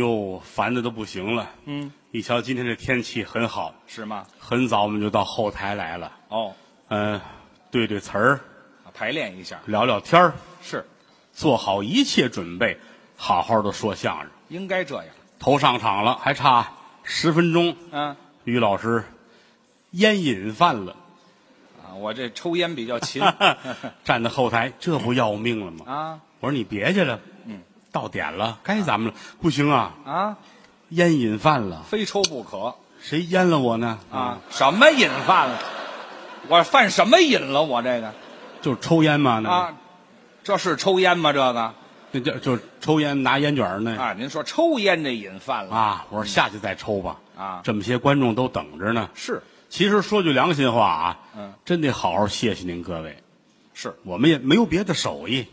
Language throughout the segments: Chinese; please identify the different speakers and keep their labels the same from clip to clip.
Speaker 1: 哟，哎烦的都不行了。
Speaker 2: 嗯，
Speaker 1: 一瞧今天这天气很好，
Speaker 2: 是吗？
Speaker 1: 很早我们就到后台来了。
Speaker 2: 哦，
Speaker 1: 嗯、对对词儿，
Speaker 2: 啊排练一下
Speaker 1: 聊聊天儿，
Speaker 2: 是
Speaker 1: 做好一切准备，好好的说相声。
Speaker 2: 应该这样。
Speaker 1: 头上场了，还差十分钟。
Speaker 2: 嗯
Speaker 1: 于老师烟瘾犯 了，
Speaker 2: 啊，我这抽烟比较勤
Speaker 1: 站在后台，这不要命了吗？
Speaker 2: 啊
Speaker 1: 我说你别去了，
Speaker 2: 嗯，
Speaker 1: 到点了，该咱们了。不行啊，
Speaker 2: 啊，
Speaker 1: 烟瘾犯了，
Speaker 2: 非抽不可
Speaker 1: 谁淹了我呢？
Speaker 2: 啊！什么瘾犯了？我犯什么瘾了？我这个
Speaker 1: 就是抽烟嘛，那个
Speaker 2: 啊，这是抽烟吗？这个
Speaker 1: 那叫就是抽烟拿烟卷儿那
Speaker 2: 啊，您说抽烟这瘾犯了
Speaker 1: 啊，我说下去再抽吧。
Speaker 2: 啊
Speaker 1: 这么些观众都等着呢。
Speaker 2: 是
Speaker 1: 其实说句良心话啊，
Speaker 2: 嗯，
Speaker 1: 真得好好谢谢您各位，
Speaker 2: 是，
Speaker 1: 我们也没有别的手 艺，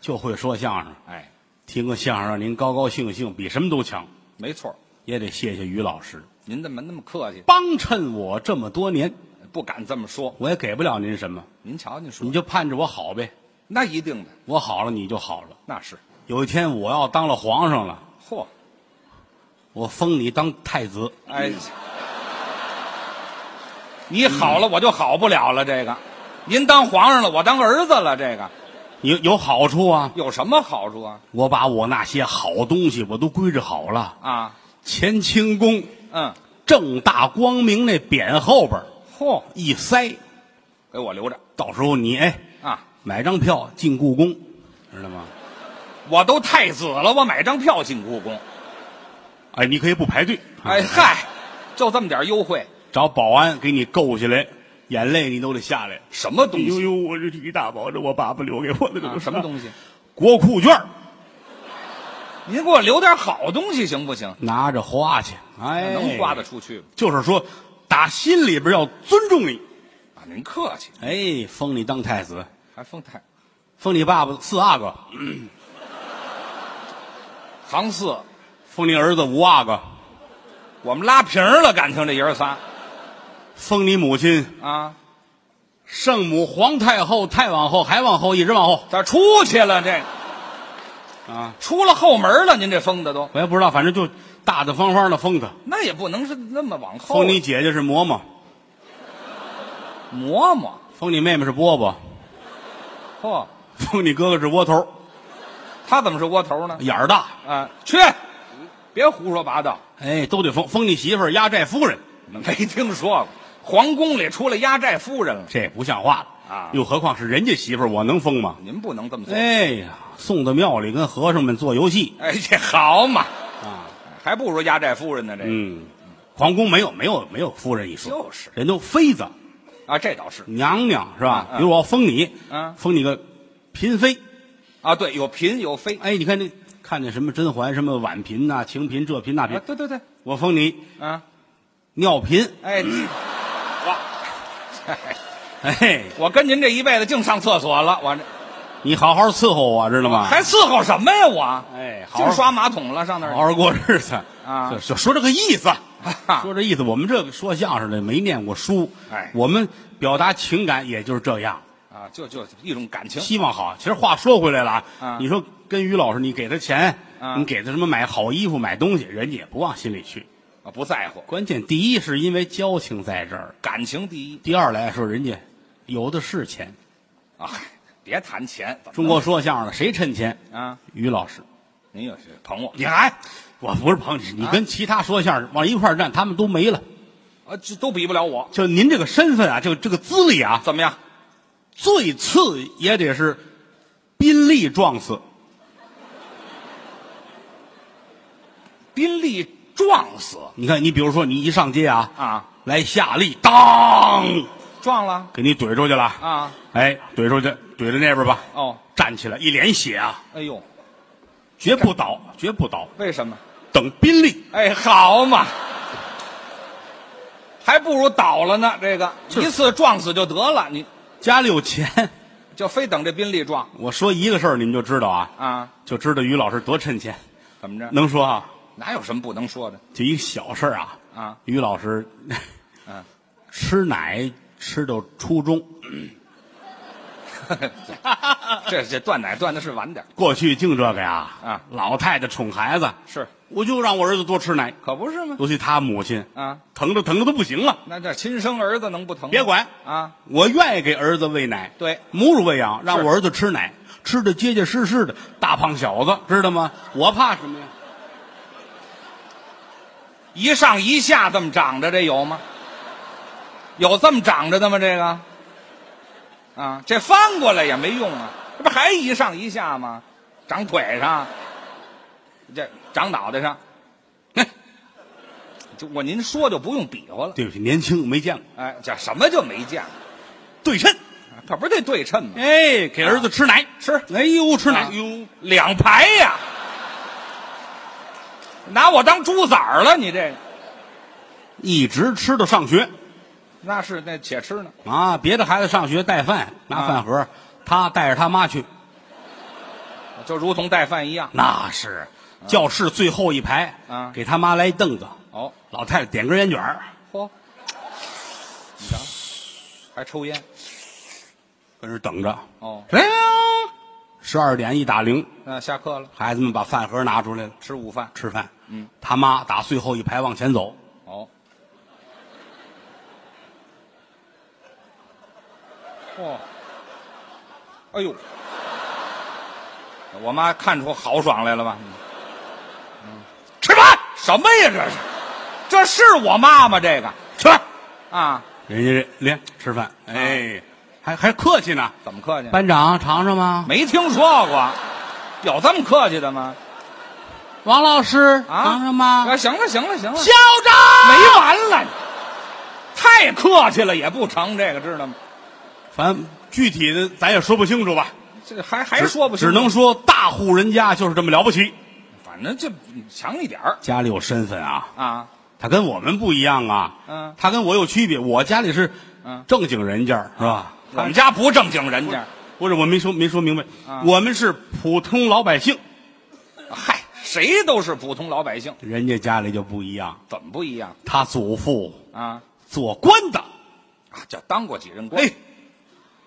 Speaker 1: 就会说相声，
Speaker 2: 哎，
Speaker 1: 听个相声让您高高兴兴，比什么都强。
Speaker 2: 没错儿。
Speaker 1: 也得谢谢于老师
Speaker 2: 您怎么那么客气？
Speaker 1: 帮衬我这么多年，
Speaker 2: 不敢这么说。
Speaker 1: 我也给不了您什么，
Speaker 2: 您瞧，您说
Speaker 1: 你就盼着我好呗，
Speaker 2: 那一定的，
Speaker 1: 我好了你就好了。
Speaker 2: 那是。
Speaker 1: 有一天我要当了皇上了，
Speaker 2: 嚯，
Speaker 1: 我封你当太子。
Speaker 2: 哎，你好了，我就好不了了。这个，您当皇上了，我当儿子了。这个
Speaker 1: 有有好处啊！
Speaker 2: 有什么好处啊？
Speaker 1: 我把我那些好东西我都归置好了，
Speaker 2: 啊，
Speaker 1: 乾清宫
Speaker 2: 嗯，
Speaker 1: 正大光明那匾后边儿
Speaker 2: 嚯，
Speaker 1: 一塞，
Speaker 2: 给我留着
Speaker 1: 到时候你哎
Speaker 2: 啊！
Speaker 1: 买张票进故宫，知道吗？
Speaker 2: 我都太子了，我买张票进故宫。
Speaker 1: 哎，你可以不排队，
Speaker 2: 哎嗨，就这么点优惠，
Speaker 1: 找保安给你够下来，眼泪你都得下来。哎
Speaker 2: 什么东
Speaker 1: 呦
Speaker 2: 西？
Speaker 1: 呦，我这是一大包，这我爸爸留给我的，这
Speaker 2: 啊
Speaker 1: 都是
Speaker 2: 什么东西？
Speaker 1: 国库券儿，
Speaker 2: 您给我留点好东西行不行？
Speaker 1: 拿着花去，哎，
Speaker 2: 能花得出去吗？
Speaker 1: 就是说，打心里边要尊重你，
Speaker 2: 啊，您客气，
Speaker 1: 哎，封你当太子，
Speaker 2: 还封太
Speaker 1: 封你爸爸四阿哥，
Speaker 2: 行四，
Speaker 1: 封你儿子五阿哥，
Speaker 2: 我们拉平了，感情这爷儿仨
Speaker 1: 封你母亲
Speaker 2: 啊，
Speaker 1: 圣母、皇太后、太往后，还往后，一直往后
Speaker 2: 咋出去了这？
Speaker 1: 啊！
Speaker 2: 出了后门了，您这封的都，
Speaker 1: 我也不知道，反正就大大方方的封他。
Speaker 2: 那也不能是那么往后。
Speaker 1: 封你姐姐是嬷嬷，
Speaker 2: 嬷嬷，
Speaker 1: 封你妹妹是饽饽，
Speaker 2: 嚯，
Speaker 1: 封你哥哥是窝头，
Speaker 2: 他怎么是窝头呢？
Speaker 1: 眼儿大，
Speaker 2: 啊，去，别胡说八道，
Speaker 1: 哎，都得封。封你媳妇儿压寨夫人，
Speaker 2: 没听说过，皇宫里出来压寨夫人了，
Speaker 1: 这不像话了
Speaker 2: 啊
Speaker 1: 又何况是人家媳妇儿，我能封吗？
Speaker 2: 您不能这么做。哎，
Speaker 1: 哎呀，送到庙里跟和尚们做游戏
Speaker 2: 这好嘛，
Speaker 1: 啊，
Speaker 2: 还不如压寨夫人呢。这、
Speaker 1: 嗯，皇宫没有没有没有夫人一说，
Speaker 2: 就是
Speaker 1: 人都妃子
Speaker 2: 啊，这倒是
Speaker 1: 娘娘是吧？
Speaker 2: 嗯嗯
Speaker 1: 比如我要封你，
Speaker 2: 嗯
Speaker 1: 封你个嫔妃，
Speaker 2: 啊，对，有嫔有啊妃
Speaker 1: 哎，你看这看见什么甄嬛什么婉嫔呐、晴嫔这嫔那嫔
Speaker 2: 啊，，对对对，
Speaker 1: 我封你
Speaker 2: 啊，
Speaker 1: 尿嫔，
Speaker 2: 哎，
Speaker 1: 哎，
Speaker 2: 我跟您这一辈子净上厕所了，我这
Speaker 1: 你好好伺候我，知道吗？
Speaker 2: 还伺候什么呀我？
Speaker 1: 哎好好
Speaker 2: 净刷马桶了，上那儿
Speaker 1: 好好过日子
Speaker 2: 啊
Speaker 1: 就就说这个意思。
Speaker 2: 哈
Speaker 1: 说这意思，我们这个说相声的没念过书，
Speaker 2: 哎
Speaker 1: 我们表达情感也就是这样，
Speaker 2: 啊，就就一种感情。
Speaker 1: 希望好。其实话说回来了
Speaker 2: 啊
Speaker 1: 你说跟于老师，你给他钱，
Speaker 2: 啊
Speaker 1: 你给他什么买好衣服、买东西，人家也不往心里去。
Speaker 2: 啊，不在乎，
Speaker 1: 关键第一是因为交情在这儿，
Speaker 2: 感情第一
Speaker 1: 第二来说人家有的是钱。
Speaker 2: 啊！嗨别谈钱，怎么
Speaker 1: 中国说相声的谁趁钱？
Speaker 2: 啊，
Speaker 1: 于老师，
Speaker 2: 您有些捧我
Speaker 1: 你还、我不是捧你，你跟其他说相声往一块儿站，他们都没了。
Speaker 2: 啊，这都比不了我，
Speaker 1: 就您这个身份啊，就这个资历啊，
Speaker 2: 怎么样？
Speaker 1: 最次也得是宾利撞死。
Speaker 2: 宾利撞死
Speaker 1: 你看，你比如说，你一上街啊，
Speaker 2: 啊，
Speaker 1: 来夏利，当
Speaker 2: 撞了
Speaker 1: 给你怼出去了。
Speaker 2: 啊！
Speaker 1: 哎，怼出去，怼到那边吧。
Speaker 2: 哦，
Speaker 1: 站起来，一脸血啊，
Speaker 2: 哎呦，
Speaker 1: 绝不倒，绝不倒，
Speaker 2: 为什么？
Speaker 1: 等宾利。
Speaker 2: 哎，好嘛，还不如倒了呢。这个
Speaker 1: 是
Speaker 2: 一次撞死就得了，你
Speaker 1: 家里有钱，
Speaker 2: 就非等这宾利撞
Speaker 1: 我说一个事儿，你们就知道啊，
Speaker 2: 啊？
Speaker 1: 就知道于老师多趁钱。
Speaker 2: 怎么着？
Speaker 1: 能说啊，
Speaker 2: 哪有什么不能说的
Speaker 1: 就一小事儿啊，
Speaker 2: 啊？
Speaker 1: 于老师，
Speaker 2: 嗯，
Speaker 1: 吃奶吃到初中，
Speaker 2: 这这断奶断的是晚点儿
Speaker 1: 过去净这个呀，
Speaker 2: 啊
Speaker 1: 老太太宠孩子，
Speaker 2: 是
Speaker 1: 我就让我儿子多吃奶，
Speaker 2: 可不是吗？
Speaker 1: 尤其他母亲，
Speaker 2: 啊，
Speaker 1: 疼着疼着都不行了，
Speaker 2: 那这亲生儿子能不疼吗？
Speaker 1: 别管，
Speaker 2: 啊，
Speaker 1: 我愿意给儿子喂奶，
Speaker 2: 对
Speaker 1: 母乳喂养，让我儿子吃奶，吃的结结实实的，大胖小子，知道吗？我怕什么呀？
Speaker 2: 一上一下这么长着，这有吗？有这么长着的吗？这个，啊，这翻过来也没用啊，这不还一上一下吗？长腿上，这长脑袋上，哼就我您说就不用比划了。
Speaker 1: 对不起，年轻没见过
Speaker 2: 哎，这什么就没见过？
Speaker 1: 对称，
Speaker 2: 可不是得对称吗？
Speaker 1: 哎，给儿子吃奶，
Speaker 2: 吃
Speaker 1: 哎呦，吃奶
Speaker 2: 啊，
Speaker 1: 哟，
Speaker 2: 两排呀，拿我当猪崽儿了？你这个
Speaker 1: 一直吃到上学
Speaker 2: 那是那且吃呢，
Speaker 1: 啊！别的孩子上学带饭，拿
Speaker 2: 啊
Speaker 1: 饭盒，他带着他妈去，
Speaker 2: 啊就如同带饭一样。
Speaker 1: 那是教室最后一排
Speaker 2: 啊
Speaker 1: 给他妈来一凳子，
Speaker 2: 哦，
Speaker 1: 老太太点根烟卷儿
Speaker 2: 嚯，你瞧，还抽烟
Speaker 1: 跟这儿等着。
Speaker 2: 哦？
Speaker 1: 谁呀？十二点一打铃，
Speaker 2: 那下课了，
Speaker 1: 孩子们把饭盒拿出来了，
Speaker 2: 吃午饭
Speaker 1: 吃饭。
Speaker 2: 嗯，
Speaker 1: 他妈打最后一排往前走，
Speaker 2: 哦。嚯，哎呦，我妈看出豪爽来了吧？嗯，吃饭什么呀？这是，这是我妈吗？这个
Speaker 1: 吃饭。
Speaker 2: 啊，
Speaker 1: 人家这连吃饭，哎，还还客气呢。
Speaker 2: 怎么客气？
Speaker 1: 班长尝尝吗？
Speaker 2: 没听说过，有这么客气的吗？
Speaker 1: 王老师
Speaker 2: 啊，
Speaker 1: 尝尝吗？
Speaker 2: 啊，行了，行了，行了。
Speaker 1: 校长，
Speaker 2: 没完了，太客气了也不成，这个知道吗？
Speaker 1: 反正具体的咱也说不清楚吧，
Speaker 2: 这还还说不清
Speaker 1: 只能说大户人家就是这么了不起，
Speaker 2: 反正就强一点儿
Speaker 1: 家里有身份啊。
Speaker 2: 啊。
Speaker 1: 他跟我们不一样啊，
Speaker 2: 嗯
Speaker 1: 他跟我有区别，我家里是
Speaker 2: 嗯
Speaker 1: 正经人家是吧？
Speaker 2: 我们家不正经人家，
Speaker 1: 不是，我没说没说明白，
Speaker 2: 啊
Speaker 1: 我们是普通老百姓，
Speaker 2: 嗨，谁都是普通老百姓，
Speaker 1: 人家家里就不一样，
Speaker 2: 怎么不一样
Speaker 1: 他祖父
Speaker 2: 啊？
Speaker 1: 做官的，
Speaker 2: 啊，就当过几任官，
Speaker 1: 哎，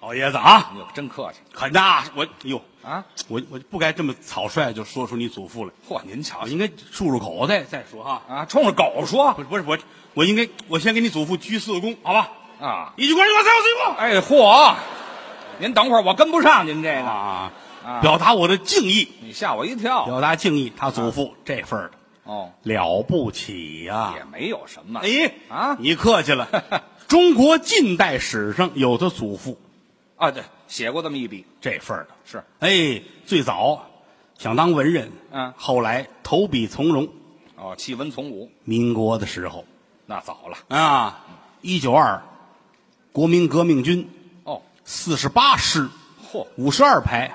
Speaker 1: 老爷子啊，
Speaker 2: 哎呦，真客气
Speaker 1: 很大，我哎呦，
Speaker 2: 啊！
Speaker 1: 我我不该这么草率就说出你祖父来，
Speaker 2: 嚯，您瞧
Speaker 1: 我应该漱漱口再再说啊，
Speaker 2: 啊，冲着狗说
Speaker 1: 不是不是我我应该我先给你祖父鞠四个躬，好吧？
Speaker 2: 啊！
Speaker 1: 一鞠躬，一鞠躬，三鞠躬。
Speaker 2: 哎，嚯，您等会儿我跟不上您这个，
Speaker 1: 啊
Speaker 2: 啊，
Speaker 1: 表达我的敬意，
Speaker 2: 你吓我一跳
Speaker 1: 表达敬意。他祖
Speaker 2: 啊
Speaker 1: 父这份儿的
Speaker 2: 哦，
Speaker 1: 了不起呀、
Speaker 2: 也没有什么
Speaker 1: 哎
Speaker 2: 啊
Speaker 1: 你客气了。 中国近代史上有他祖父
Speaker 2: 啊，对，写过这么一笔
Speaker 1: 这份儿的，
Speaker 2: 是
Speaker 1: 哎，最早想当文人，
Speaker 2: 嗯
Speaker 1: 后来投笔从戎，
Speaker 2: 哦，弃文从武，
Speaker 1: 民国的时候
Speaker 2: 那早了
Speaker 1: 啊，一九二，国民革命军
Speaker 2: 哦。
Speaker 1: 四十八师
Speaker 2: 嚯，
Speaker 1: 五十二排，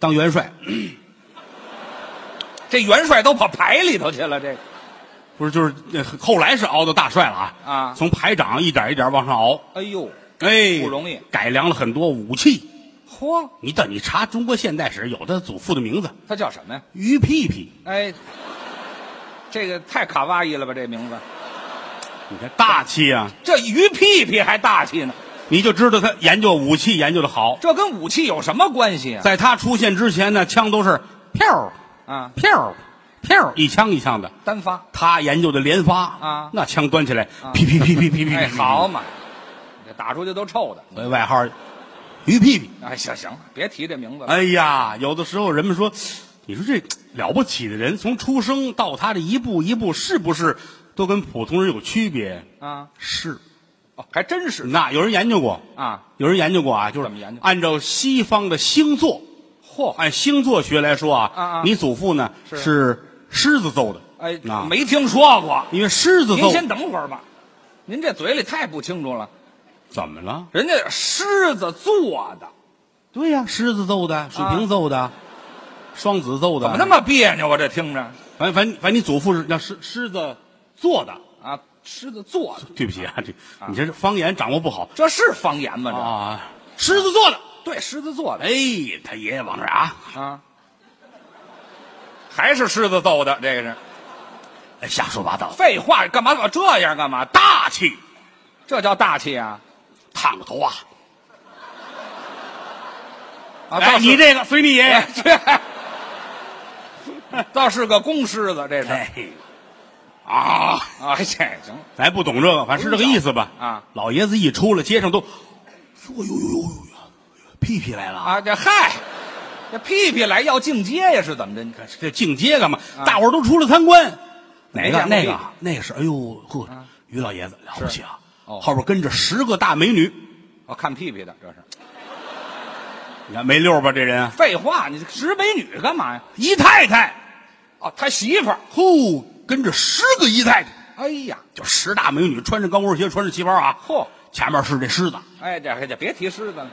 Speaker 1: 当元帅，
Speaker 2: 这元帅都跑排里头去了，这个
Speaker 1: 不是就是呃后来是熬到大帅了啊
Speaker 2: 啊
Speaker 1: 从排长一点一点往上熬。
Speaker 2: 哎呦，
Speaker 1: 哎，
Speaker 2: 不容易
Speaker 1: 改良了很多武器。
Speaker 2: 嚯，
Speaker 1: 你等你查中国现代史，有他祖父的名字
Speaker 2: 他叫什么呀？
Speaker 1: 于屁屁。
Speaker 2: 哎，这个太卡哇伊了吧，这名字，
Speaker 1: 你看大气啊，
Speaker 2: 这鱼屁屁还大气呢，
Speaker 1: 你就知道他研究武器研究的好。
Speaker 2: 这跟武器有什么关系啊？
Speaker 1: 在他出现之前呢，枪都是飘
Speaker 2: 啊，
Speaker 1: 飘飘，一枪一枪的。
Speaker 2: 单发，
Speaker 1: 他研究的连发
Speaker 2: 啊
Speaker 1: 那枪端起来，
Speaker 2: 啊
Speaker 1: 噼噼噼噼噼噼
Speaker 2: 哎，
Speaker 1: 噼，
Speaker 2: 好，嘛，这打出去都臭的。
Speaker 1: 所以外号于屁屁。
Speaker 2: 哎，行行，别提这名字了。
Speaker 1: 哎呀，有的时候人们说，你说这了不起的人，从出生到他这一步一步，是不是都跟普通人有区别？
Speaker 2: 啊，
Speaker 1: 是，
Speaker 2: 哦，还真是
Speaker 1: 那有人研究过，
Speaker 2: 啊，
Speaker 1: 有人研究过啊，就是
Speaker 2: 怎么研究
Speaker 1: 按照西方的星座，
Speaker 2: 嚯，
Speaker 1: 按星座学来说啊，
Speaker 2: 啊啊
Speaker 1: 你祖父呢
Speaker 2: 是
Speaker 1: 狮子座的，
Speaker 2: 哎，
Speaker 1: 啊，嗯哦
Speaker 2: 没听说过。
Speaker 1: 因为狮子
Speaker 2: 您
Speaker 1: 座
Speaker 2: 先等会儿吧，您这嘴里太不清楚了。
Speaker 1: 怎么了？
Speaker 2: 人家狮子座的，
Speaker 1: 对呀、狮子座的，水瓶座的，双子座的，
Speaker 2: 啊怎么那么别扭啊？这听着
Speaker 1: 反反反正你祖父是叫狮狮子座的，
Speaker 2: 啊，狮子座的，
Speaker 1: 对不起啊，这你这是方言掌握不好。
Speaker 2: 这是方言吗？这、
Speaker 1: 啊，狮子座的。
Speaker 2: 对，狮子座的
Speaker 1: 哎，他爷爷往这儿啊，
Speaker 2: 啊，还是狮子揍的，这个是
Speaker 1: 哎瞎说八道，
Speaker 2: 废话，干嘛老这样干嘛？大，
Speaker 1: 大气，
Speaker 2: 这叫大气啊！
Speaker 1: 烫个头啊，
Speaker 2: 啊，
Speaker 1: 哎，
Speaker 2: 倒是
Speaker 1: 你这个随你爷爷。
Speaker 2: 倒是个公狮子，这是
Speaker 1: 哎，啊，
Speaker 2: 啊，这行了，
Speaker 1: 咱不懂这个，反正是这个意思吧？
Speaker 2: 啊，
Speaker 1: 老爷子一出来，街上都，说呦呦呦呦呦，屁屁来了啊！
Speaker 2: 啊，这嗨，这屁屁来要进阶呀，是怎么着？你看
Speaker 1: 这进阶干嘛？大伙儿都出来参观，啊哪
Speaker 2: 没
Speaker 1: 个
Speaker 2: 见过
Speaker 1: 那
Speaker 2: 屁
Speaker 1: 个那个是？哎呦呵，于老爷子了不起啊！
Speaker 2: 哦
Speaker 1: 后边跟着十个大美女，
Speaker 2: 我哦看屁屁的，这是
Speaker 1: 你看没溜吧？这人啊
Speaker 2: 废话，你石美女干嘛呀？
Speaker 1: 姨太太，
Speaker 2: 哦，他媳妇儿，
Speaker 1: 呼，跟着十个姨太太，
Speaker 2: 哎呀，
Speaker 1: 就十大美女，穿着高跟鞋，穿着旗袍啊！
Speaker 2: 嚯，
Speaker 1: 前面是这狮子，
Speaker 2: 哎，这这别提狮子了，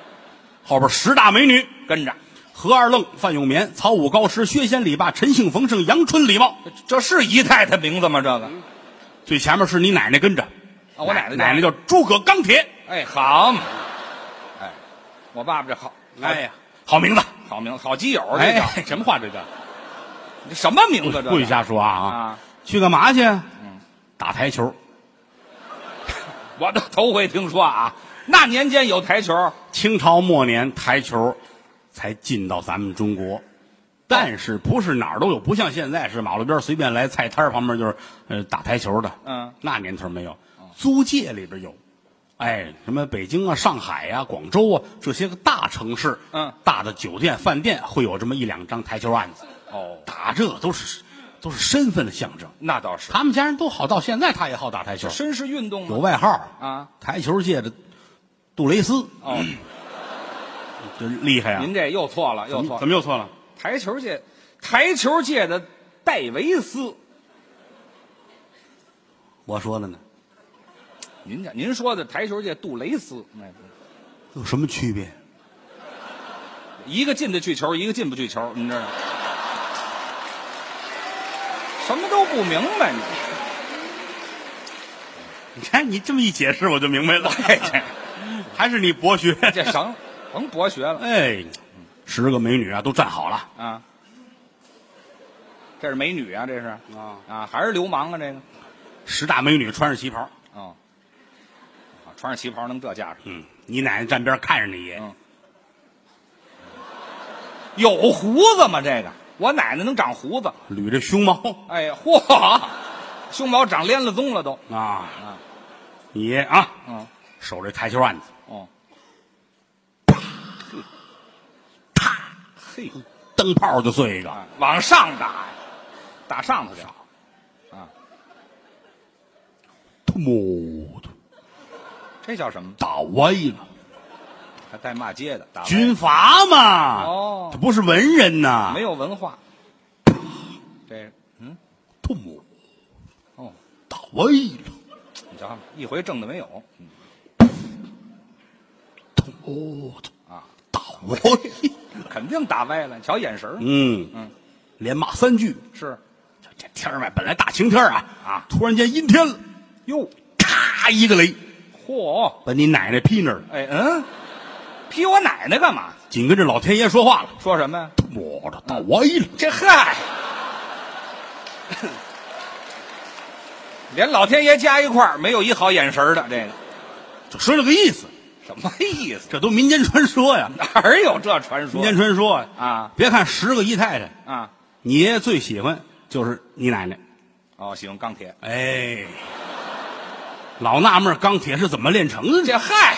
Speaker 1: 后边十大美女，
Speaker 2: 跟着，
Speaker 1: 何二愣、范永棉、曹武高师、薛先、李霸、陈庆、冯胜、杨春、李茂。
Speaker 2: 这这是姨太太名字吗？这个，
Speaker 1: 最前面是你奶奶跟着，
Speaker 2: 啊我奶奶
Speaker 1: 奶奶叫诸葛钢铁。
Speaker 2: 哎，好嘛，哎，我爸爸这好，
Speaker 1: 哎呀，好名字！
Speaker 2: 好名好基友，这叫、
Speaker 1: 哎，什么话这叫？
Speaker 2: 这什么名字？这
Speaker 1: 不许
Speaker 2: 个
Speaker 1: 瞎说啊
Speaker 2: 啊！
Speaker 1: 去干嘛去？打台球。
Speaker 2: 我都头回听说啊，那年间有台球，
Speaker 1: 清朝末年，台球才进到咱们中国，但是不是哪儿都有，不像现在是马路边随便来菜摊儿旁边就是呃打台球的。
Speaker 2: 嗯，
Speaker 1: 那年头没有，租界里边有。哎，什么北京啊、上海啊、广州啊这些个大城市，
Speaker 2: 嗯，
Speaker 1: 大的酒店、饭店会有这么一两张台球案子，
Speaker 2: 哦，
Speaker 1: 打这都是都是身份的象征。
Speaker 2: 那倒是
Speaker 1: 他们家人都好，到现在他也好打台球，
Speaker 2: 绅士运动
Speaker 1: 有
Speaker 2: 嘛，
Speaker 1: 外号
Speaker 2: 啊，
Speaker 1: 台球界的杜蕾斯，
Speaker 2: 哦，
Speaker 1: 这厉害啊！
Speaker 2: 您这又错了，又错了
Speaker 1: 怎。么又错了？
Speaker 2: 台球界，台球界的戴维斯，
Speaker 1: 我说的呢，
Speaker 2: 您这您说的台球界杜蕾斯，哎
Speaker 1: 有什么区别？
Speaker 2: 一个进得去球，一个进不去球，您知道吗？什么都不明白你，
Speaker 1: 你看你这么一解释，我就明白了。
Speaker 2: 哎
Speaker 1: 还是你博学。
Speaker 2: 这这省甭博学了
Speaker 1: 哎，十个美女啊，都站好了。
Speaker 2: 啊！这是美女啊，这是
Speaker 1: 啊
Speaker 2: 啊，还是流氓啊？这个
Speaker 1: 十大美女穿着旗袍，
Speaker 2: 哦，啊穿上旗袍能这架势，
Speaker 1: 嗯，你奶奶站边看着你爷，
Speaker 2: 嗯有胡子吗？这个我奶奶能长胡子，
Speaker 1: 捋着胸毛
Speaker 2: 哎呀，嚯， 胸毛长连了棕了都，
Speaker 1: 啊。你爷啊，
Speaker 2: 嗯，
Speaker 1: 手这台球案子，
Speaker 2: 哦，嘿，嘿，
Speaker 1: 灯泡就碎一个。
Speaker 2: 啊，往上打呀，打上头去，
Speaker 1: 突木的
Speaker 2: 这叫什么？
Speaker 1: 打歪了，
Speaker 2: 还带骂街的，打完
Speaker 1: 军阀嘛，
Speaker 2: 哦
Speaker 1: 他不是文人呐，
Speaker 2: 没有文化，这嗯，
Speaker 1: 吐木
Speaker 2: 哦，
Speaker 1: 打歪了，
Speaker 2: 你瞧，一回挣的没有，嗯
Speaker 1: 吐木的
Speaker 2: 啊，
Speaker 1: 打 歪了，
Speaker 2: 肯定打歪了，瞧眼神儿
Speaker 1: 嗯
Speaker 2: 嗯，
Speaker 1: 连骂三句，
Speaker 2: 是，
Speaker 1: 这这天儿外本来大晴天儿啊
Speaker 2: 啊
Speaker 1: 突然间阴天了，
Speaker 2: 哟，
Speaker 1: 咔一个雷
Speaker 2: 嚯，
Speaker 1: 把你奶奶劈那儿了，
Speaker 2: 哎嗯，劈我奶奶干嘛？
Speaker 1: 紧跟着老天爷说话了，
Speaker 2: 说什么呀？
Speaker 1: 吐木的打歪了，
Speaker 2: 这嗨， 连老天爷加一块儿没有一好眼神儿的，这个
Speaker 1: 就说这个意思，
Speaker 2: 什么意思？
Speaker 1: 这都民间传说呀，
Speaker 2: 哪儿有这传
Speaker 1: 民
Speaker 2: 说
Speaker 1: 间传说呀
Speaker 2: 啊
Speaker 1: 别看十个姨太太，
Speaker 2: 啊？
Speaker 1: 你爷爷最喜欢就是你奶奶。
Speaker 2: 哦，喜欢钢铁，
Speaker 1: 哎，老纳闷儿钢铁是怎么炼成的？
Speaker 2: 这嗨，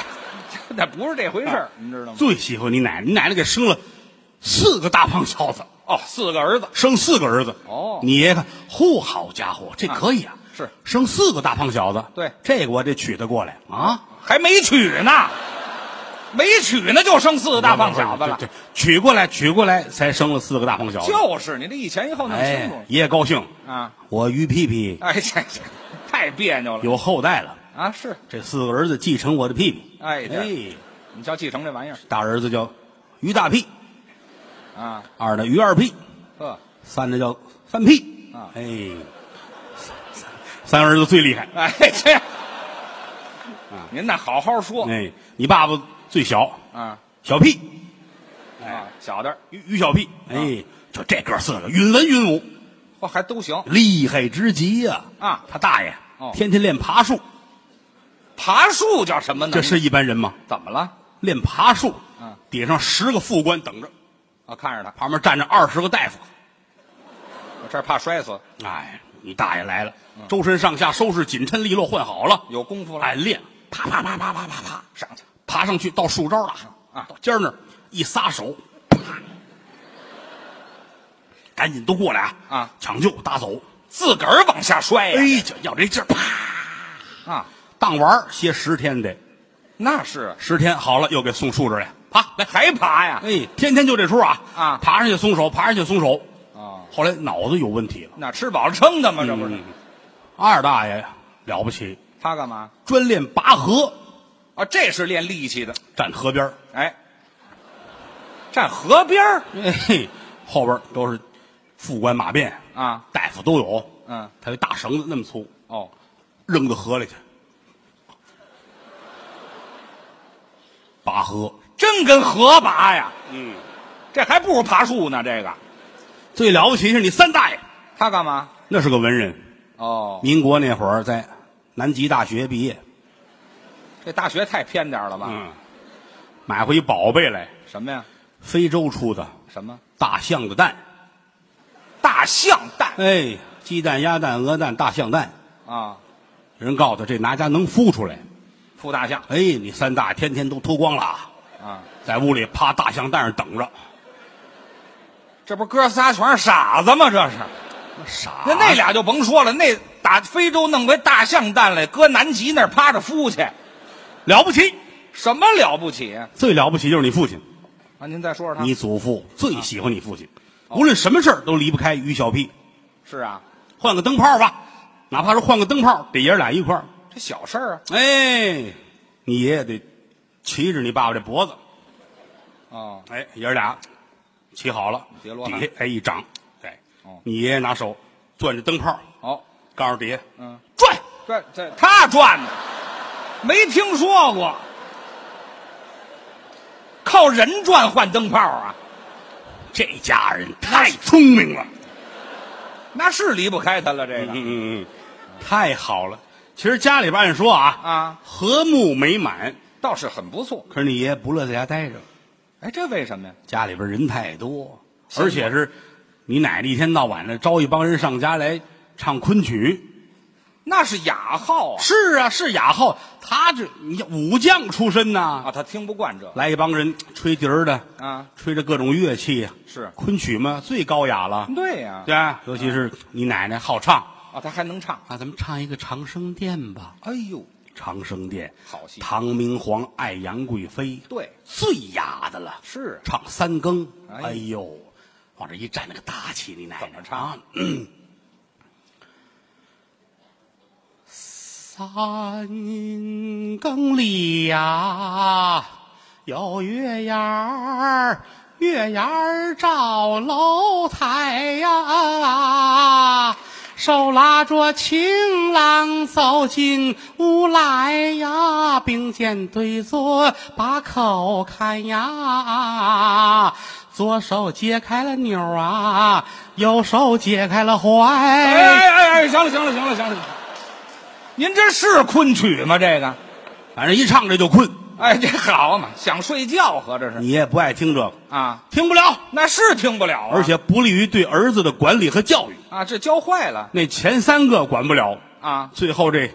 Speaker 2: 那不是这回事儿，你知道吗？
Speaker 1: 最喜欢你奶奶，你奶奶给生了四个大胖小子，
Speaker 2: 哦，四个儿子，
Speaker 1: 生四个儿子。
Speaker 2: 哦
Speaker 1: 你爷爷看，嚯，好家伙，这可以啊！
Speaker 2: 是
Speaker 1: 生四个大胖小子，
Speaker 2: 对
Speaker 1: 这个我得娶她过来啊！
Speaker 2: 还没娶呢，没娶呢就生四个大胖小子了
Speaker 1: 对，，对娶过来，娶过来，才生了四个大胖小子。
Speaker 2: 就是你这一前一后弄清
Speaker 1: 哎，
Speaker 2: 楚
Speaker 1: 爷爷高兴，
Speaker 2: 啊！
Speaker 1: 我于屁屁
Speaker 2: 哎，这这太别扭了
Speaker 1: 有后代了，
Speaker 2: 啊！是
Speaker 1: 这四个儿子继承我的屁屁。
Speaker 2: 哎对
Speaker 1: 哎，
Speaker 2: 你瞧继承这玩意儿
Speaker 1: 大儿子叫于大屁，
Speaker 2: 啊，
Speaker 1: 二的于二屁。
Speaker 2: 呵，
Speaker 1: 三的叫三屁
Speaker 2: 啊
Speaker 1: 哎，三三三儿子最厉害，
Speaker 2: 哎这，
Speaker 1: 啊
Speaker 2: 您那好好说
Speaker 1: 哎，你爸爸最小，
Speaker 2: 啊
Speaker 1: 小屁哎
Speaker 2: 啊，小的
Speaker 1: 于于小屁，
Speaker 2: 啊
Speaker 1: 哎，就这哥四个允文允武，
Speaker 2: 嚯还都行，
Speaker 1: 厉害之极呀！
Speaker 2: 啊
Speaker 1: 他大爷
Speaker 2: 哦
Speaker 1: 天天练爬树，
Speaker 2: 爬树叫什么呢？
Speaker 1: 这是一般人吗？
Speaker 2: 怎么了？
Speaker 1: 练爬树，
Speaker 2: 嗯，
Speaker 1: 底上十个副官等着，
Speaker 2: 啊，看着他，
Speaker 1: 旁边站着二十个大夫。
Speaker 2: 我这儿怕摔死，
Speaker 1: 哎，你大爷来了，
Speaker 2: 嗯
Speaker 1: 周身上下收拾紧趁利落，换好了，
Speaker 2: 有功夫了，
Speaker 1: 哎，练，啪啪啪啪啪啪啪，
Speaker 2: 上去，
Speaker 1: 爬上去到树梢了
Speaker 2: 啊
Speaker 1: 到尖儿那儿一撒手，啪，赶紧都过来啊
Speaker 2: 啊
Speaker 1: 抢救打走，
Speaker 2: 自个儿往下摔呀、
Speaker 1: 哎，就要这劲儿，啪，
Speaker 2: 啊，
Speaker 1: 当玩儿歇十天得，
Speaker 2: 那是
Speaker 1: 十天好了又给送树这儿来，爬来，
Speaker 2: 还爬呀？
Speaker 1: 哎，天天就这出啊
Speaker 2: 啊
Speaker 1: 爬上去松手，爬上去松手，
Speaker 2: 啊，
Speaker 1: 后来脑子有问题了，
Speaker 2: 那吃饱了撑的吗？这不是、
Speaker 1: 嗯，二大爷了不起，
Speaker 2: 他干嘛
Speaker 1: 专练拔河，
Speaker 2: 啊？这是练力气的，
Speaker 1: 站河边儿
Speaker 2: 哎，站河边儿
Speaker 1: 哎嘿，后边都是副官马便
Speaker 2: 啊，
Speaker 1: 大夫都有。
Speaker 2: 嗯，
Speaker 1: 他有一大绳子那么粗，
Speaker 2: 哦，
Speaker 1: 扔到河里去，拔河。
Speaker 2: 真跟河拔呀，
Speaker 1: 嗯，
Speaker 2: 这还不如爬树呢。这个
Speaker 1: 最了不起是你三大爷，
Speaker 2: 他干嘛？
Speaker 1: 那是个文人。
Speaker 2: 哦，
Speaker 1: 民国那会儿在南极大学毕业，
Speaker 2: 这大学太偏点儿了吧？
Speaker 1: 嗯，买回一宝贝来，
Speaker 2: 什么呀？
Speaker 1: 非洲出的
Speaker 2: 什么？
Speaker 1: 大象的蛋，
Speaker 2: 大象蛋
Speaker 1: 哎，鸡蛋、鸭蛋、鹅蛋、大象蛋。
Speaker 2: 啊，
Speaker 1: 人告诉他，这拿家能孵出来。
Speaker 2: 孵大象
Speaker 1: 哎，你三大爷天天都脱光了啊，
Speaker 2: 啊，
Speaker 1: 在屋里趴大象蛋上等着，
Speaker 2: 这不哥仨全是傻子吗？这是。
Speaker 1: 傻
Speaker 2: 那那俩就甭说了，那打非洲弄回大象蛋来，搁南极那儿趴着孵去，
Speaker 1: 了不起，
Speaker 2: 什么了不起啊？
Speaker 1: 最了不起就是你父亲。
Speaker 2: 啊您再说说他，
Speaker 1: 你祖父最喜欢你父亲，
Speaker 2: 啊
Speaker 1: 无论什么事儿都离不开于小屁。
Speaker 2: 是啊，
Speaker 1: 换个灯泡吧，哪怕是换个灯泡，这爷儿俩一块儿。
Speaker 2: 这小事儿啊，
Speaker 1: 哎，你爷爷得骑着你爸爸这脖子，
Speaker 2: 哦，
Speaker 1: 哎，爷儿俩骑好了，
Speaker 2: 别落
Speaker 1: 底
Speaker 2: 汗
Speaker 1: 下哎一掌，哎
Speaker 2: 哦，
Speaker 1: 你爷爷拿手攥着灯泡，
Speaker 2: 哦，
Speaker 1: 告诉底下
Speaker 2: 嗯，
Speaker 1: 转，
Speaker 2: 这这他转的，没听说过，靠人转换灯泡啊，
Speaker 1: 这家人太聪明了，
Speaker 2: 那是离不开他了，这
Speaker 1: 嗯
Speaker 2: 个、
Speaker 1: 嗯嗯，太好了。其实家里边按说啊
Speaker 2: 啊，
Speaker 1: 和睦美满，
Speaker 2: 倒是很不错。
Speaker 1: 可是你爷爷不乐在家待着。
Speaker 2: 哎，这为什么呀？
Speaker 1: 家里边人太多，
Speaker 2: 行吧
Speaker 1: 而且是你奶奶一天到晚的招一帮人上家来唱昆曲。
Speaker 2: 那是雅号啊，
Speaker 1: 是啊，是雅号，他这你武将出身呐、
Speaker 2: 啊，他听不惯这
Speaker 1: 来一帮人吹笛儿的，
Speaker 2: 啊，
Speaker 1: 吹着各种乐器，啊
Speaker 2: 是
Speaker 1: 昆曲嘛，最高雅了。
Speaker 2: 对呀、
Speaker 1: 对啊，尤其是你奶奶好唱
Speaker 2: 啊，他还能唱，
Speaker 1: 啊，咱们唱一个《长生殿》吧，
Speaker 2: 哎呦，
Speaker 1: 《长生殿》
Speaker 2: 好戏
Speaker 1: 唐明皇爱杨贵妃，
Speaker 2: 对，
Speaker 1: 最雅的了。
Speaker 2: 是啊
Speaker 1: 唱三更，
Speaker 2: 哎
Speaker 1: 哎呦，往这一站，那个大气，你奶奶
Speaker 2: 怎么唱
Speaker 1: 啊？嗯三更里呀，有月牙儿，月牙儿照楼台呀，手拉着情郎走进屋来呀，并肩对坐把口看呀，左手解开了钮儿啊，右手解开了
Speaker 2: 哎
Speaker 1: 怀。
Speaker 2: 哎哎哎，行了行了行了行了，您这是昆曲吗？这个，
Speaker 1: 反正一唱这就困，
Speaker 2: 哎，这好嘛，想睡觉，合着是
Speaker 1: 你也不爱听这个，
Speaker 2: 啊，
Speaker 1: 听不了。
Speaker 2: 那是听不了啊，
Speaker 1: 而且不利于对儿子的管理和教育。
Speaker 2: 啊，这教坏了
Speaker 1: 那前三个管不了，
Speaker 2: 啊，
Speaker 1: 最后这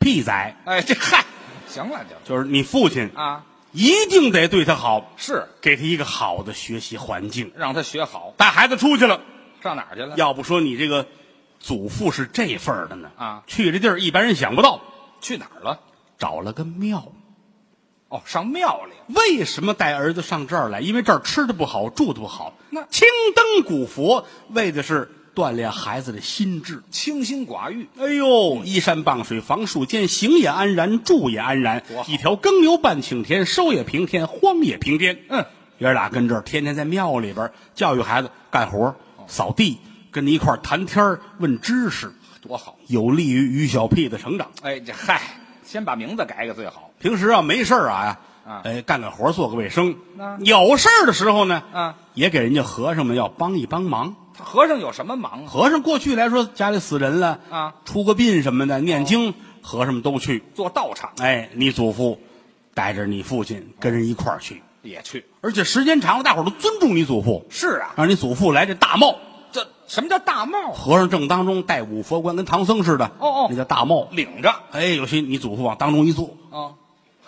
Speaker 1: 屁崽
Speaker 2: 哎，这嗨，行了就
Speaker 1: 就是你父亲，
Speaker 2: 啊，
Speaker 1: 一定得对他好，
Speaker 2: 是
Speaker 1: 给他一个好的学习环境。
Speaker 2: 让他学好，
Speaker 1: 带孩子出去了，
Speaker 2: 上哪儿去了？
Speaker 1: 要不说你这个祖父是这份儿的呢
Speaker 2: 啊
Speaker 1: 去这地儿一般人想不到，
Speaker 2: 去哪儿了？
Speaker 1: 找了个庙。
Speaker 2: 哦，上庙里
Speaker 1: 为什么带儿子上这儿来？因为这儿吃的不好，住的不好。
Speaker 2: 那
Speaker 1: 青灯古佛为的是锻炼孩子的心智。
Speaker 2: 清心寡欲，
Speaker 1: 哎呦，依山傍水，房树间，行也安然，住也安然
Speaker 2: 多。好
Speaker 1: 一条耕牛半顷田，收也平天，荒也平天。
Speaker 2: 嗯，
Speaker 1: 爷儿俩跟这儿天天在庙里边教育孩子干活、
Speaker 2: 哦
Speaker 1: 扫地，跟你一块儿谈天儿问知识，
Speaker 2: 多好。
Speaker 1: 有利于于小屁的成长。
Speaker 2: 哎，这嗨，先把名字改改最好。
Speaker 1: 平时啊，没事儿啊
Speaker 2: 啊
Speaker 1: 哎，干干活，做个卫生
Speaker 2: 那。
Speaker 1: 有事儿的时候呢，
Speaker 2: 啊，
Speaker 1: 也给人家和尚们要帮一帮忙。
Speaker 2: 他和尚有什么忙啊？
Speaker 1: 和尚过去来说，家里死人了
Speaker 2: 啊，哦
Speaker 1: 出个殡什么的，念经，和尚们都去。
Speaker 2: 做道场
Speaker 1: 哎，你祖父带着你父亲跟人一块儿去，
Speaker 2: 也去。
Speaker 1: 而且时间长了，大伙儿都尊重你祖父，
Speaker 2: 是啊，
Speaker 1: 让你祖父来这大帽，
Speaker 2: 这什么叫大帽？
Speaker 1: 和尚正当中戴五佛冠，跟唐僧似的，
Speaker 2: 哦哦
Speaker 1: 那叫大帽。
Speaker 2: 领着啊、
Speaker 1: 哎，有些你祖父往当中一坐，
Speaker 2: 哦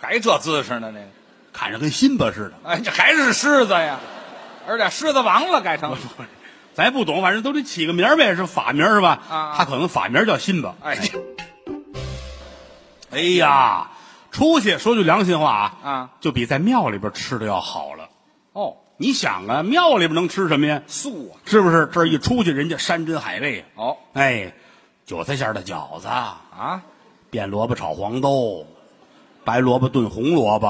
Speaker 2: 还这姿势呢？这个，
Speaker 1: 看着跟辛巴似的。
Speaker 2: 哎，这还是狮子呀，而且狮子王了，改成
Speaker 1: 咱也不懂，反正都得起个名儿呗，是法名儿是吧？
Speaker 2: 啊
Speaker 1: 他可能法名儿叫辛巴。
Speaker 2: 哎，这
Speaker 1: 哎呀，出去说句良心话啊，
Speaker 2: 啊，
Speaker 1: 就比在庙里边吃的要好了。
Speaker 2: 哦，
Speaker 1: 你想啊，庙里边能吃什么呀？
Speaker 2: 素啊，
Speaker 1: 是不是？这儿一出去，人家山珍海味，
Speaker 2: 哦
Speaker 1: 哎，韭菜馅儿的饺子，
Speaker 2: 啊，
Speaker 1: 变萝卜炒黄豆，白萝卜炖红萝卜，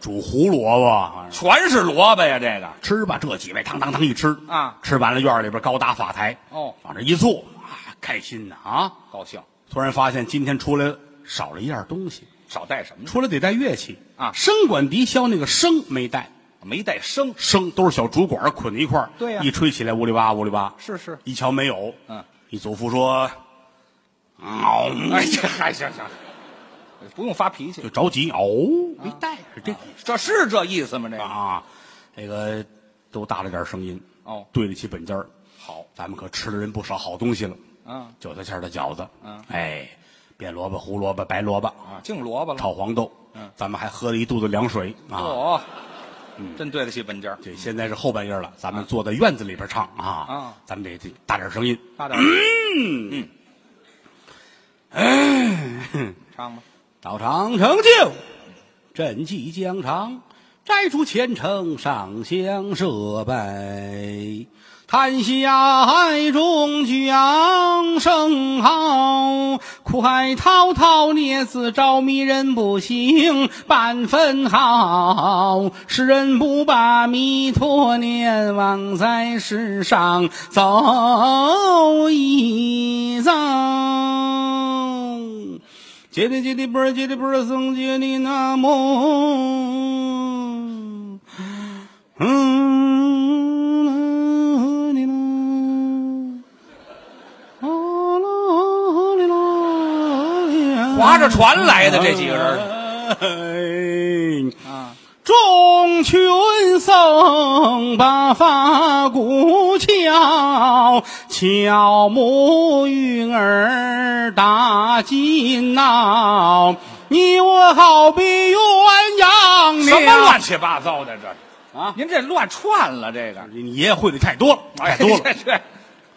Speaker 1: 煮胡萝卜，
Speaker 2: 全是萝卜呀，这个
Speaker 1: 吃吧，这几位当当当一吃
Speaker 2: 啊
Speaker 1: 吃完了院儿里边高搭法台，
Speaker 2: 哦
Speaker 1: 往这一坐啊，开心呐啊！
Speaker 2: 高兴，
Speaker 1: 突然发现今天出来少了一样东西，
Speaker 2: 少带什么呢？
Speaker 1: 出来得带乐器
Speaker 2: 啊
Speaker 1: 笙管笛箫那个笙没带，
Speaker 2: 没带生，
Speaker 1: 笙都是小竹管捆在一块儿，
Speaker 2: 对呀
Speaker 1: 一吹起来呜哩哇呜哩哇，
Speaker 2: 是是，
Speaker 1: 一瞧没有，
Speaker 2: 嗯，
Speaker 1: 你祖父说，嗯嗷、
Speaker 2: 哎，这还行行，不用发脾气
Speaker 1: 就，着急，哦，
Speaker 2: 啊
Speaker 1: 没带是这个
Speaker 2: 这是这意思吗？这个
Speaker 1: 啊，那个都大了点声音，
Speaker 2: 哦
Speaker 1: 对得起本家儿
Speaker 2: 好，
Speaker 1: 咱们可吃了人不少好东西了，
Speaker 2: 嗯
Speaker 1: 韭菜馅儿的饺子，
Speaker 2: 嗯
Speaker 1: 哎，变萝卜、胡萝卜、白萝卜，
Speaker 2: 啊，净萝卜了，
Speaker 1: 炒黄豆，
Speaker 2: 嗯，
Speaker 1: 咱们还喝了一肚子凉水啊。
Speaker 2: 哦，真对得起本家儿，
Speaker 1: 这现在是后半夜了，咱们坐在院子里边唱啊，
Speaker 2: 啊
Speaker 1: 咱们得得大点声音，
Speaker 2: 大点儿嗯
Speaker 1: 哎，
Speaker 2: 唱吧，
Speaker 1: 到长城就，朕即疆场，摘出前程上香设拜，叹息海中桨声号，苦海滔滔孽子招迷人不醒半分好，世人不把弥陀念，枉在世上走一遭。杰里杰里波儿杰里波儿僧杰里那摩，嗯，啦哩啦，哦啦哩啦哩啦
Speaker 2: 划着船来的这几个人
Speaker 1: 人。
Speaker 2: 啊，
Speaker 1: 众群僧把法鼓敲，敲木鱼儿打金闹，你我好比鸳鸯
Speaker 2: 什
Speaker 1: 什
Speaker 2: 么
Speaker 1: 么
Speaker 2: 乱
Speaker 1: 乱？
Speaker 2: 七八糟的这
Speaker 1: 啊
Speaker 2: 嗯您这乱串了，这个
Speaker 1: 你爷爷会的太多了，太多了。
Speaker 2: 哎 这这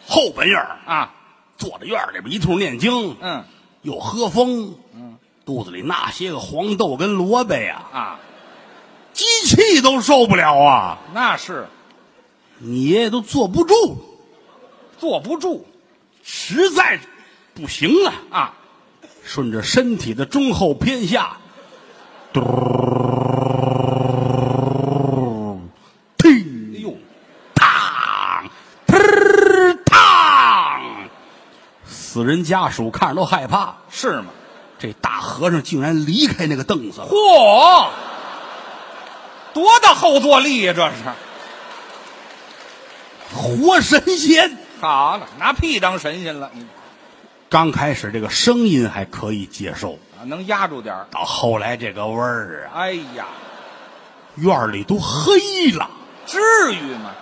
Speaker 1: 后半夜儿
Speaker 2: 啊，
Speaker 1: 坐在院儿里边一通念经，
Speaker 2: 嗯
Speaker 1: 又喝风，嗯，肚子里那些个黄豆跟萝卜呀，
Speaker 2: 啊，
Speaker 1: 机器都受不了啊！
Speaker 2: 那是
Speaker 1: 你爷爷都坐不住了。
Speaker 2: 坐不住
Speaker 1: 实在不行了，
Speaker 2: 啊，
Speaker 1: 顺着身体的中后偏下，嘟，
Speaker 2: 哎
Speaker 1: 踢，
Speaker 2: 呦，
Speaker 1: 嘡，嘚，嘡，死人家属看着都害怕。
Speaker 2: 是吗？
Speaker 1: 这大和尚竟然离开那个凳子了，
Speaker 2: 嚯，多大后坐力呀、这是
Speaker 1: 活神仙。
Speaker 2: 好了，拿屁当神仙了，你
Speaker 1: 刚开始这个声音还可以接受，
Speaker 2: 啊能压住点儿。
Speaker 1: 到后来这个味儿啊，
Speaker 2: 哎呀，
Speaker 1: 院儿里都黑了，
Speaker 2: 至于吗？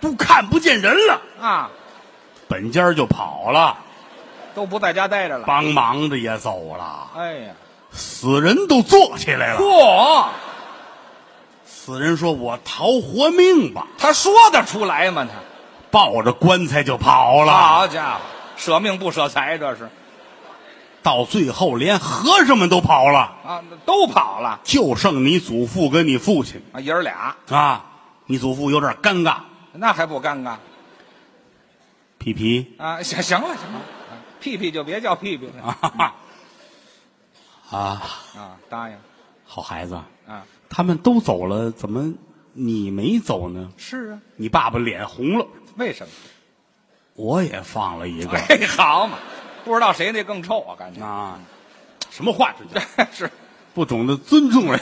Speaker 1: 都看不见人了。
Speaker 2: 啊，
Speaker 1: 本家儿就跑了，
Speaker 2: 都不在家待着了。
Speaker 1: 帮忙的也走了，
Speaker 2: 哎呀，
Speaker 1: 死人都坐起来了。
Speaker 2: 嚯，
Speaker 1: 死人说：“我逃活命吧
Speaker 2: 他说得出来吗？！”
Speaker 1: 抱着棺材就跑
Speaker 2: 他，
Speaker 1: 了。
Speaker 2: 好家伙，舍命不舍财，这是
Speaker 1: 到最后，连和尚们都跑了，
Speaker 2: 啊，那都跑了
Speaker 1: 就剩你祖父跟你父亲
Speaker 2: 啊，爷儿俩，
Speaker 1: 啊。你祖父有点尴尬，
Speaker 2: 那还不尴尬
Speaker 1: 皮皮
Speaker 2: 啊？ 行行了行了，啊屁屁就别叫屁屁了
Speaker 1: 啊哈哈啊，
Speaker 2: 啊，答应
Speaker 1: 好孩子，
Speaker 2: 啊，
Speaker 1: 他们都走了，怎么你没走呢？
Speaker 2: 是啊，
Speaker 1: 你爸爸脸红了，
Speaker 2: 为什么？
Speaker 1: 我也放了一个
Speaker 2: 哎，好嘛，不知道谁那更臭啊，感觉
Speaker 1: 啊，什么话这叫？
Speaker 2: 是
Speaker 1: 不懂得尊重 人，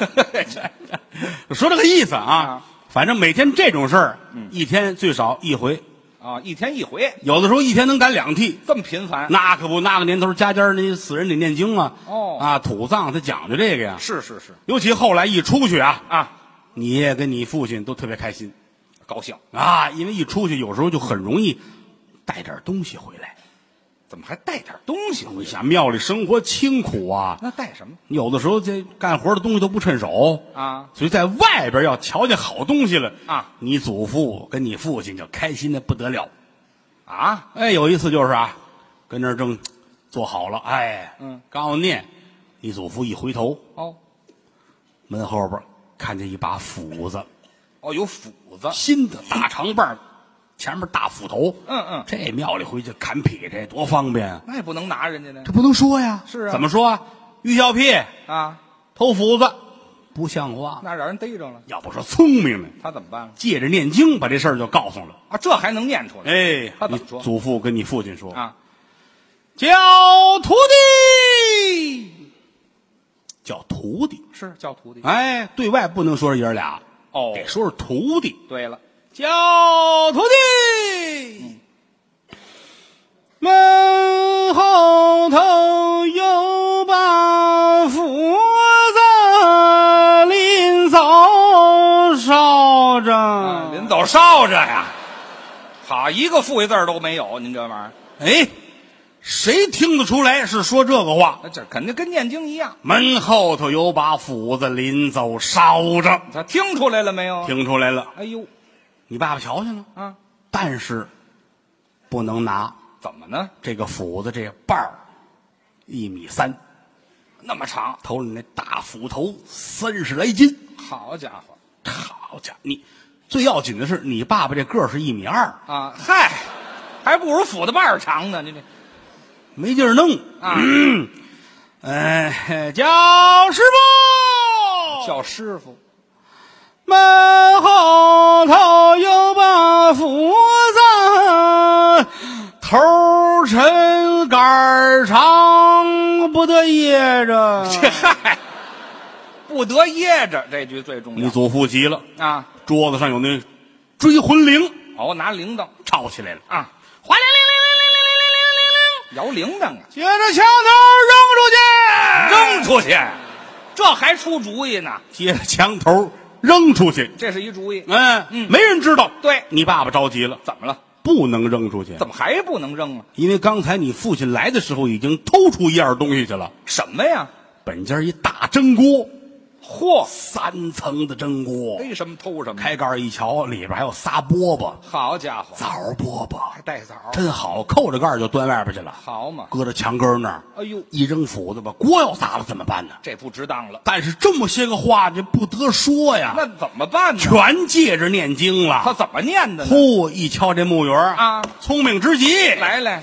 Speaker 1: 说这个意思啊
Speaker 2: 啊。嗯
Speaker 1: 反正每天这种事儿，一天最少一回，
Speaker 2: 啊、啊，一天一回，
Speaker 1: 有的时候一天能赶两屉。
Speaker 2: 这么频繁？
Speaker 1: 那可不，那个年头家家那死人得念经啊，
Speaker 2: 哦
Speaker 1: 啊，土葬他讲究这个呀。
Speaker 2: 是是是
Speaker 1: 尤其后来一出去啊，
Speaker 2: 啊，
Speaker 1: 你爷爷跟你父亲都特别开心
Speaker 2: 高兴，
Speaker 1: 啊，因为一出去有时候就很容易带点东西回来。
Speaker 2: 怎么还带点东西回
Speaker 1: 你
Speaker 2: 去？
Speaker 1: 想庙里生活清苦啊，
Speaker 2: 那带什么
Speaker 1: 有的时候这干活的东西都不趁手，
Speaker 2: 啊？
Speaker 1: 所以在外边要瞧见好东西了
Speaker 2: 啊，
Speaker 1: 你祖父跟你父亲就开心的不得了。
Speaker 2: 啊，
Speaker 1: 哎，有一次就是啊，跟那儿正做好了，哎，
Speaker 2: 嗯，
Speaker 1: 刚要念，你祖父一回头，
Speaker 2: 哦
Speaker 1: 门后边看见一把斧子，
Speaker 2: 哦，有斧 子，
Speaker 1: 新的大长把儿，前面大斧头，
Speaker 2: 嗯嗯
Speaker 1: 这庙里回去砍劈这多方便啊！
Speaker 2: 那也不能拿人家的
Speaker 1: 这不能说呀，
Speaker 2: 是啊
Speaker 1: 怎么说啊？玉小屁
Speaker 2: 啊，
Speaker 1: 偷斧子，不像话。
Speaker 2: 那让人逮着了，
Speaker 1: 要不说聪明呢，
Speaker 2: 他怎么办
Speaker 1: 借着念经把这事儿就告诉了。
Speaker 2: 啊？这还能念出来？
Speaker 1: 哎，
Speaker 2: 他怎
Speaker 1: 你
Speaker 2: 么说
Speaker 1: 祖父跟你父亲说，
Speaker 2: 啊，
Speaker 1: 叫徒弟，叫徒弟。
Speaker 2: 是叫徒弟。
Speaker 1: 哎，对外不能说是爷儿俩，
Speaker 2: 哦
Speaker 1: 得说是徒弟。
Speaker 2: 对了，
Speaker 1: 叫徒弟，门后头有把斧子，临走烧着。
Speaker 2: 临走烧着呀，好一个富裕字儿都没有，您这玩意儿，
Speaker 1: 哎，谁听得出来是说这个话？
Speaker 2: 那这肯定跟念经一样。
Speaker 1: 门后头有把斧子，临走烧着。
Speaker 2: 他听出来了没有？
Speaker 1: 听出来了，
Speaker 2: 哎呦
Speaker 1: 你爸爸瞧见了，
Speaker 2: 啊，
Speaker 1: 但是不能拿
Speaker 2: 怎么呢？
Speaker 1: 这个斧子这把儿，一米三。
Speaker 2: 那么长，
Speaker 1: 头里那大斧头三十来斤，
Speaker 2: 好家伙
Speaker 1: 好家伙！你最要紧的是，你爸爸这个儿是一米二，
Speaker 2: 啊！嗨，还不如斧子把儿长呢。您这
Speaker 1: 没地儿弄。
Speaker 2: 啊，
Speaker 1: 哎，叫师傅，
Speaker 2: 叫师傅
Speaker 1: 门后头有把斧子，头抻杆儿长，不得掖 着。
Speaker 2: 嗨，不得噎着，这句最重
Speaker 1: 你
Speaker 2: 要
Speaker 1: 祖父急了，
Speaker 2: 啊！
Speaker 1: 桌子上有那追魂铃，
Speaker 2: 哦，拿铃铛
Speaker 1: 吵起来了，
Speaker 2: 啊，
Speaker 1: 哗铃铃铃铃铃铃铃铃铃铃。
Speaker 2: 摇铃铛啊，
Speaker 1: 接着枪头
Speaker 2: 扔
Speaker 1: 扔出去，
Speaker 2: 出去，这还出主意呢，
Speaker 1: 接着枪头扔出去。
Speaker 2: 这是一主意。
Speaker 1: 嗯
Speaker 2: 嗯
Speaker 1: 没人知道。
Speaker 2: 对
Speaker 1: 你爸爸着急了，
Speaker 2: 怎么了？
Speaker 1: 不能扔出去，
Speaker 2: 怎么还不能扔啊？
Speaker 1: 因为刚才你父亲来的时候已经偷出一样东西去了。
Speaker 2: 什么呀？
Speaker 1: 本家一大蒸锅，
Speaker 2: 嚯！
Speaker 1: 三层的蒸锅，
Speaker 2: 逮什么偷什么？
Speaker 1: 开盖一瞧，里边还有仨饽饽，
Speaker 2: 好家伙，
Speaker 1: 枣饽饽，
Speaker 2: 带枣儿，
Speaker 1: 真好，扣着盖儿就端外边去了，
Speaker 2: 好嘛！
Speaker 1: 搁到墙根儿那儿，
Speaker 2: 哎呦，
Speaker 1: 一扔斧子吧，锅要砸了怎么办呢？
Speaker 2: 这不值当了，
Speaker 1: 但是这么些个话，这不得说呀。
Speaker 2: 那怎么办呢？
Speaker 1: 全借着念经
Speaker 2: 他
Speaker 1: 了。
Speaker 2: 怎么念的呢？
Speaker 1: 呼一敲这木鱼儿
Speaker 2: 啊
Speaker 1: 聪明之极。
Speaker 2: 来来，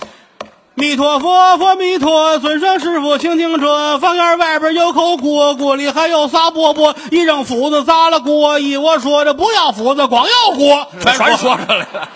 Speaker 1: 弥陀佛，佛弥陀，尊上师傅，请听着，房院外边有口锅，锅里还有仨饽饽，一扔斧子砸了锅，依我说的不要斧子，光要锅，
Speaker 2: 全
Speaker 1: 全
Speaker 2: 说
Speaker 1: 说
Speaker 2: 出来了。